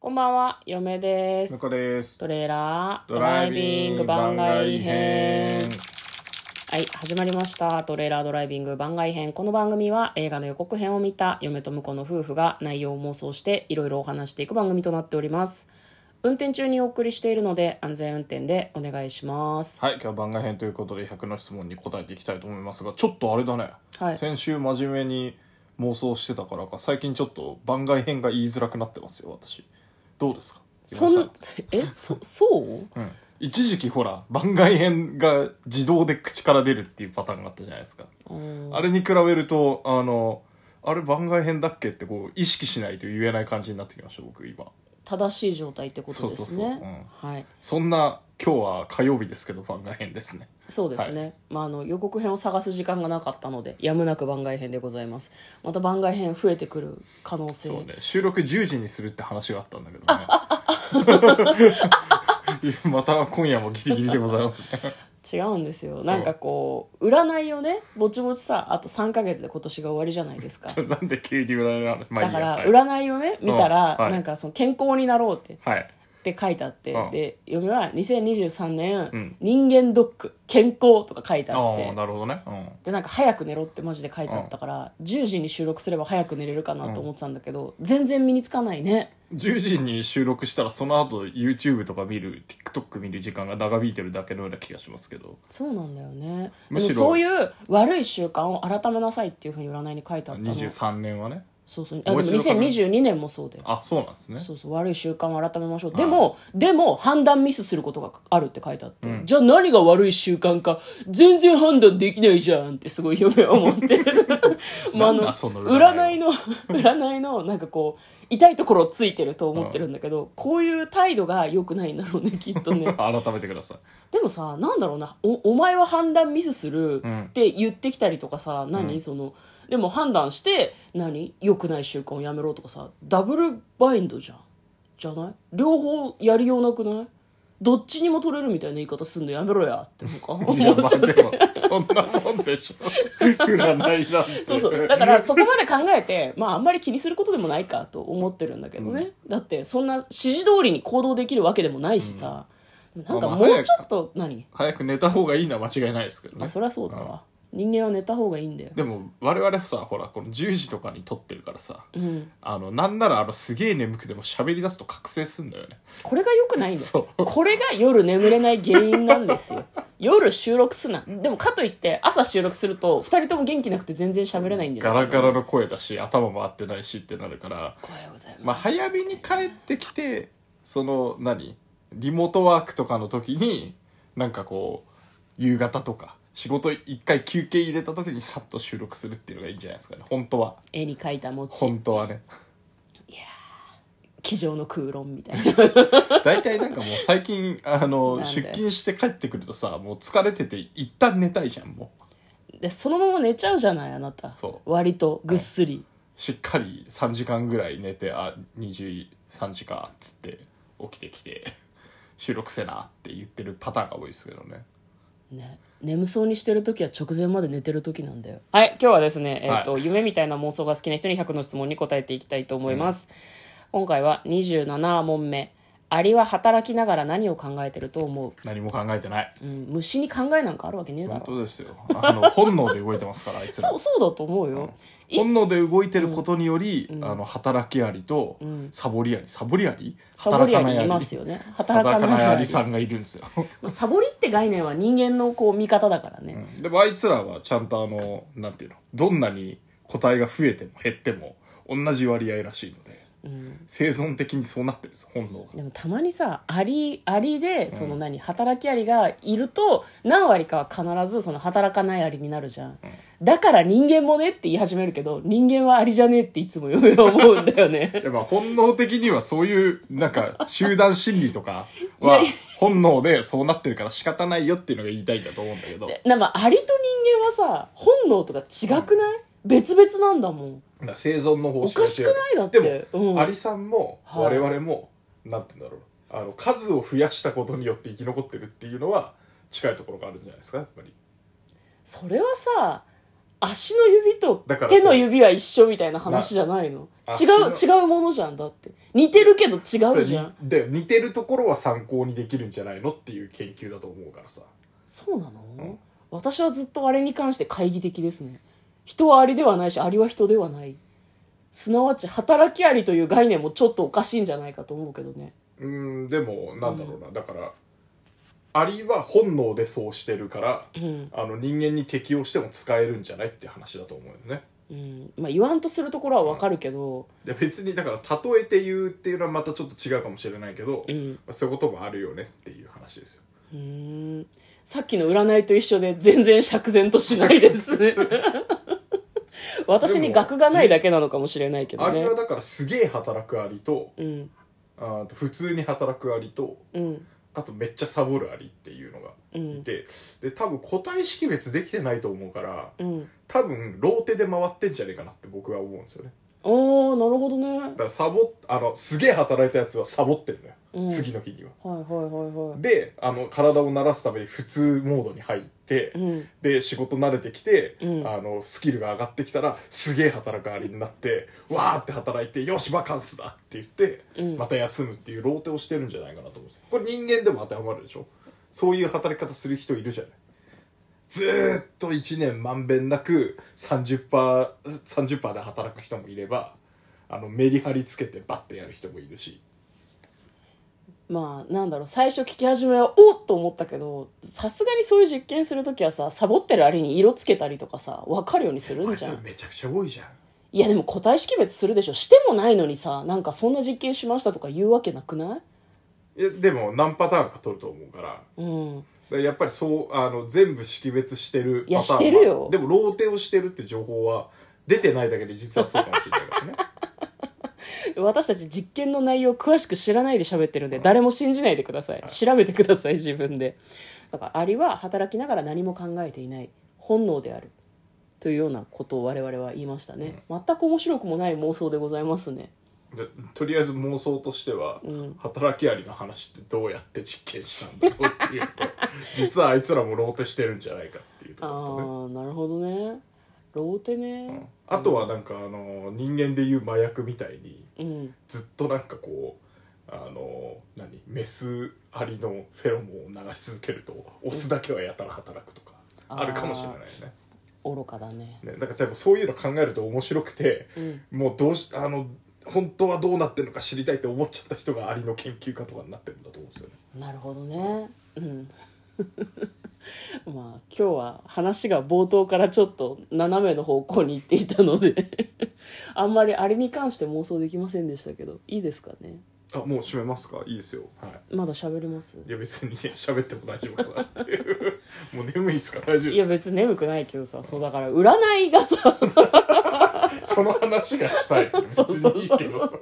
こんばんは、嫁です向。こうです。トレーラードドラライイビビンンググ番番外編外編。はい、始まりました。トレーラードライビング番外編。この番組は映画の予告編を見た嫁と婿の夫婦が内容を妄想していろいろお話していく番組となっております。運転中にお送りしているので安全運転でお願いします。はい、今日は番外編ということで100の質問に答えていきたいと思いますが、ちょっとあれだね。はい先週真面目に妄想してたからか、最近ちょっと番外編が言いづらくなってますよ、私。どうですかそ今井ん、え、そ、そうさんうん。一時期ほら、番外編が自動で口から出るっていうパターンがあったじゃないですか。うんあれに比べると、あの、あれ番外編だっけってこう意識しないと言えない感じになってきました、僕今。正しい状態ってことですね。そうそうそううんはい。そんな、今日は火曜日ですけど番外編ですね。そうですね、まあ、あの予告編を探す時間がなかったのでやむなく番外編でございますまた番外編増えてくる可能性、そうね収録10時にするって話があったんだけどね また今夜もギリギリでござい ますね違うんですよなんかこう占いをねぼちぼちさあと3ヶ月で今年が終わりじゃないですかなんで急に占いなのまあだいいかやらはい占いをね見たら、うんはいなんかその健康になろうってはいって書いてあって、うんで嫁は2023年、うん人間ドック健康とか書いてああっあてなるほどね、うでなんか早く寝ろってマジで書いてあったから、10時に収録すれば早く寝れるかなと思ってたんだけど、全然身につかないねん、10時に収録したらその後 YouTube とか見る TikTok 見る時間が長引いてるだけのような気がしますけどそうなんだよねむでしもろそういう悪い習慣を改めなさいっていうふうに占いに書いてあったの23年はねそうそうあでももう一度考え2022年もそうだよあそうなんですねそうそう悪い習慣を改めましょうでもでも判断ミスすることがあるって書いてあって、じゃあ何が悪い習慣か全然判断できないじゃんってすごい夢を持 ってるまああなんのだその占占いいの 占いのなんかこう痛いところをついてると思ってるんだけど、こういう態度が良くないんだろうねきっとね 改めてください でもさなんだろうなおお前は判断ミスするって言ってきたりとかさ、何、そのでも判断して何良くない習慣をやめろとかさダブルバインドじゃんじゃない両方やりようなくないどっちにも取れるみたいな言い方すんのやめろやってなんか思っ いやまちゃあうでもそんなもんでしょ 占いなんてそうそうだからそこまで考えてまああんまり気にすることでもないかと思ってるんだけどね、だってそんな指示通りに行動できるわけでもないしさ、なんかまあもまあうちょっと何早く寝た方がいいのは間違いないですけどねまあそりゃそうだわ人間は寝た方がいいんだよでも我々さほらこの10時とかに撮ってるからさ、んあのなんならあのすげえ眠くても喋り出すと覚醒すんだよねこれが良くないんだよそうこれが夜眠れない原因なんですよ 夜収録すなでもかといって朝収録すると2人とも元気なくて全然喋れないんだよガラガラの声だし頭回ってないしってなるから、おはようございます、まあ、早めに帰ってきてその何リモートワークとかの時になんかこう夕方とか仕事一回休憩入れた時にさっと収録するっていうのがいいんじゃないですかね本当は絵に描いた餅本当はね机上の空論みたいな大体なんかもう最近あなんので出勤して帰ってくるとさもう疲れてて一旦寝たいじゃんもうでそのまま寝ちゃうじゃないあなたそ割とぐっすり、しっかり3時間ぐらい寝てあ23時かっつって起きてきて収録せなって言ってるパターンが多いですけどねね、眠そうにしてる時は直前まで寝てる時なんだよはい今日はですね、えーと夢みたいな妄想が好きな人に100の質問に答えていきたいと思います、今回は27問目アリは働きながら何を考えてると思う、何も考えてないうん、虫に考えなんかあるわけねえだ本ろ当ですよ あの本能で動いてますからあいつらそうそうだと思うよ、いっ本能で動いてることにより、あの働きアリとサボりアリサボりアリサボりア働リかないまアすよね働働かかなないいアアリリさんがいるんですよまあ、サボりって概念は人間のこう見方だからね、でもあいつらはちゃんとあの、なんていうの、どんなに個体が増えても減っても、同じ割合らしいので、生存的にそうなってるんです、本能が。でもたまにさアリアリでその何、働きアリがいると何割かは必ずその働かないアリになるじゃん、だから人間もねって言い始めるけど人間はアリじゃねえっていつも嫁は思うんだよねやっぱ本能的にはそういう、なんか、集団心理とか は、本能でそうなってるから仕方ないよっていうのが言いたいんだと思うんだけど、だかなまあアリと人間はさ本能とか違くない、別々なんだもんら生存の方お針かしくないだってでも、うんアリさんも、は我い々も、なんて言うんだろう、あの、数を増やしたことによって生き残ってるっていうのは、近いところがあるんじゃないですか、やっぱり。それはさ足の指とだから手の指は一緒みたいな話じゃないのあ違う足違うものじゃんだって似てるけど違そうじゃんれにで似てるところは参考にできるんじゃないのっていう研究だと思うからさそうなの、うん私はずっとあれに関して懐疑的ですね人はアリではないしアリは人ではないすなわち働きアリという概念もちょっとおかしいんじゃないかと思うけどねうんでもなんだろうな、だからアリは本能でそうしてるからうん、あの人間に適応しても使えるんじゃないって話だと思うよねうん、まあ言わんとするところはわかるけどで別にだから例えて言うっていうのはまたちょっと違うかもしれないけど、うまんあそういうこともあるよねっていう話ですようーんさっきの占いと一緒で全然釈然としないですね私に学がないだけなのかもしれないけどアリねはだからすげえ働くアリとうんあと普通に働くアリとうんあとめっちゃサボるアリっていうのがういんて、で多分個体識別できてないと思うからうん多分ローテで回ってんじゃねえかなって僕は思うんですよねおーなるほどねだからサボっあのすげえ働いたやつはサボってんだよ、うん次の日にははいはいはいはいであの体を慣らすために普通モードに入って、うんで仕事慣れてきて、うんあのスキルが上がってきたらすげえ働くアリになってわーって働いてよしバカンスだって言って、うんまた休むっていうローテをしてるんじゃないかなと思うんですよこれ人間でも当てはまるでしょそういう働き方する人いるじゃないずーっと1年まんべんなく 30%, 30で働く人もいればあのメリハリつけてバッてやる人もいるしまあなんだろう最初聞き始めはおっと思ったけどさすがにそういう実験するときはさサボってるアリに色つけたりとかさ分かるようにするあんれじそゃれんめちゃくちゃ多いじゃんいやでも個体識別するでしょしてもないのにさなんかそんな実験しましたとか言うわけなくないいやでも何パターンか取ると思うからうんだからやっぱりそうあの全部識別してるいやパターンはしてるよでもローテをしてるって情報は出てないだけで実はそうかもしれないからね 私たち実験の内容を詳しく知らないで喋ってるんで誰も信じないでください調べてください自分でだからアリは働きながら何も考えていない本能であるというようなことを我々は言いましたね、全く面白くもない妄想でございますねでとりあえず妄想としては、うん働きアリの話ってどうやって実験したんだろうっ ていうと実はあいつらもローテしてるんじゃないかっていうとあころとねあなるほどねローテねあとはなんかあの人間でいう麻薬みたいにうんずっとなんかこうあの何メスアリのフェロモンを流し続けるとオスだけはやたら働くとかあるかもしれないよね愚かだねね、だから多分そういうの考えると面白くて、うんもうどうしあの本当はどうなってるのか知りたいって思っちゃった人がアリの研究家とかになってるんだと思うんですよねなるほどねうん まあ今日は話が冒頭からちょっと斜めの方向に行っていたので あんまりあれに関して妄想できませんでしたけどいいですかねあもう閉めますかいいですよはいまだ喋りますいや別に喋っても大丈夫かなっていう もう眠いっすか大丈夫いでやすか別に眠くないけどさそうだから占いが さその話がした い別にいいけどさ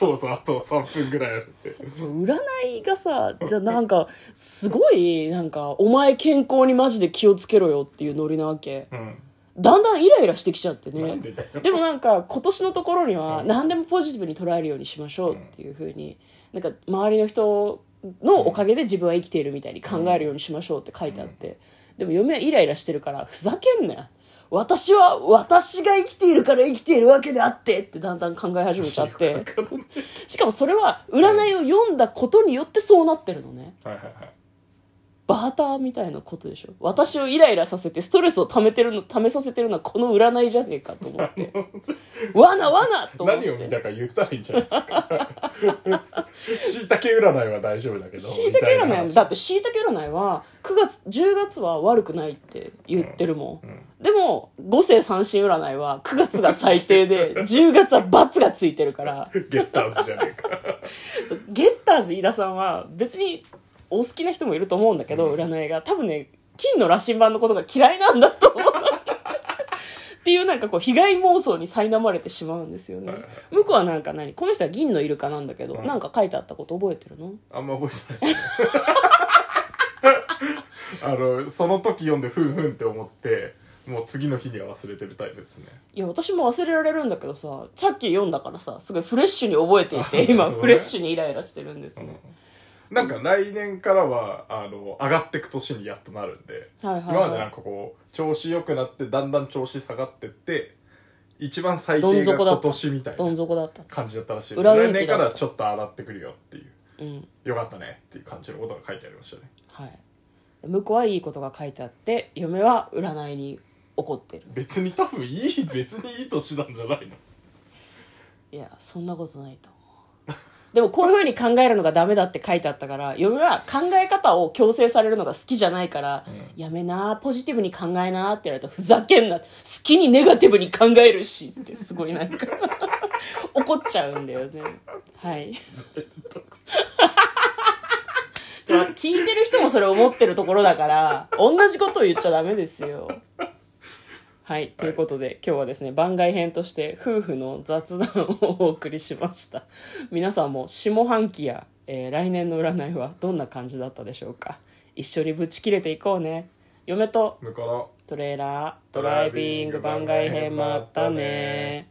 どうぞあと3分ぐらいあるんでそう占いがさじゃあなんかすごいなんかお前健康にマジで気をつけろよっていうノリなわけうんだんだんイライラしてきちゃってねなんでだよでもなんか今年のところにはうん何でもポジティブに捉えるようにしましょうっていうふうになんか周りの人のおかげで自分は生きているみたいに考えるようにしましょうって書いてあってでも嫁はイライラしてるからふざけんなよ私は私が生きているから生きているわけであってってだんだん考え始めち ゃっわてかんないしかもそれは占いを読んだことによってそうなってるのねはいはいはいバーターみたいなことでしょ私をイライラさせてストレスを溜めてるの溜めさせてるのはこの占いじゃねえかと思って 罠罠と思っ何を見てたか言ったらいいんじゃないです か椎茸占いは大丈夫だけどしいたけみた占ないだってしいたけ占いは9月10月は悪くないって言ってるもん、でも五世三神占いは9月が最低で10月は罰がついてるからゲッターズじゃねえかそうゲッターズ飯田さんは別にお好きな人もいると思うんだけど、占いが多分ね金の羅針盤のことが嫌いなんだと思う っていうなんかこう被害妄想に苛まれてしまうんですよねはいはい向こうはなんか何この人は銀のイルカなんだけど、なんか書いてあったこと覚えてるのあんま覚えてな いですねあのその時読んでふんふんって思ってもう次の日には忘れてるタイプですねいや私も忘れられるんだけどささっき読んだからさすごいフレッシュに覚え ていて今なるほどねフレッシュにイライラしてるんですね、なんか来年からはあの上がってく年にやっとなるんで、はいはいはい今までなんかこう調子良くなってだんだん調子下がってって一番最ど低んが底だ今った年みたいどんな底だった感じだったらしい裏運来気だ年からちょっと上がってくるよっていううんよかったねっていう感じのことが書いてありましたねはい向こうはいいことが書いてあって嫁は占いに怒ってる別に多分いい別にいい年なんじゃないのいやそんなことないと思うでもこういうふうに考えるのがダメだって書いてあったから嫁は考え方を強制されるのが好きじゃないから、やめなポジティブに考えなって言われたらふざけんな好きにネガティブに考えるしってすごいなんか怒っちゃうんだよねはいちょっと聞いてる人もそれ思ってるところだから同じことを言っちゃダメですよはい、ということで、今日はですね番外編として夫婦の雑談をお送りしました皆さんも下半期や、えー来年の占いはどんな感じだったでしょうか一緒にぶち切れていこうね嫁と向こうのトレーラードライビング番外編もあったね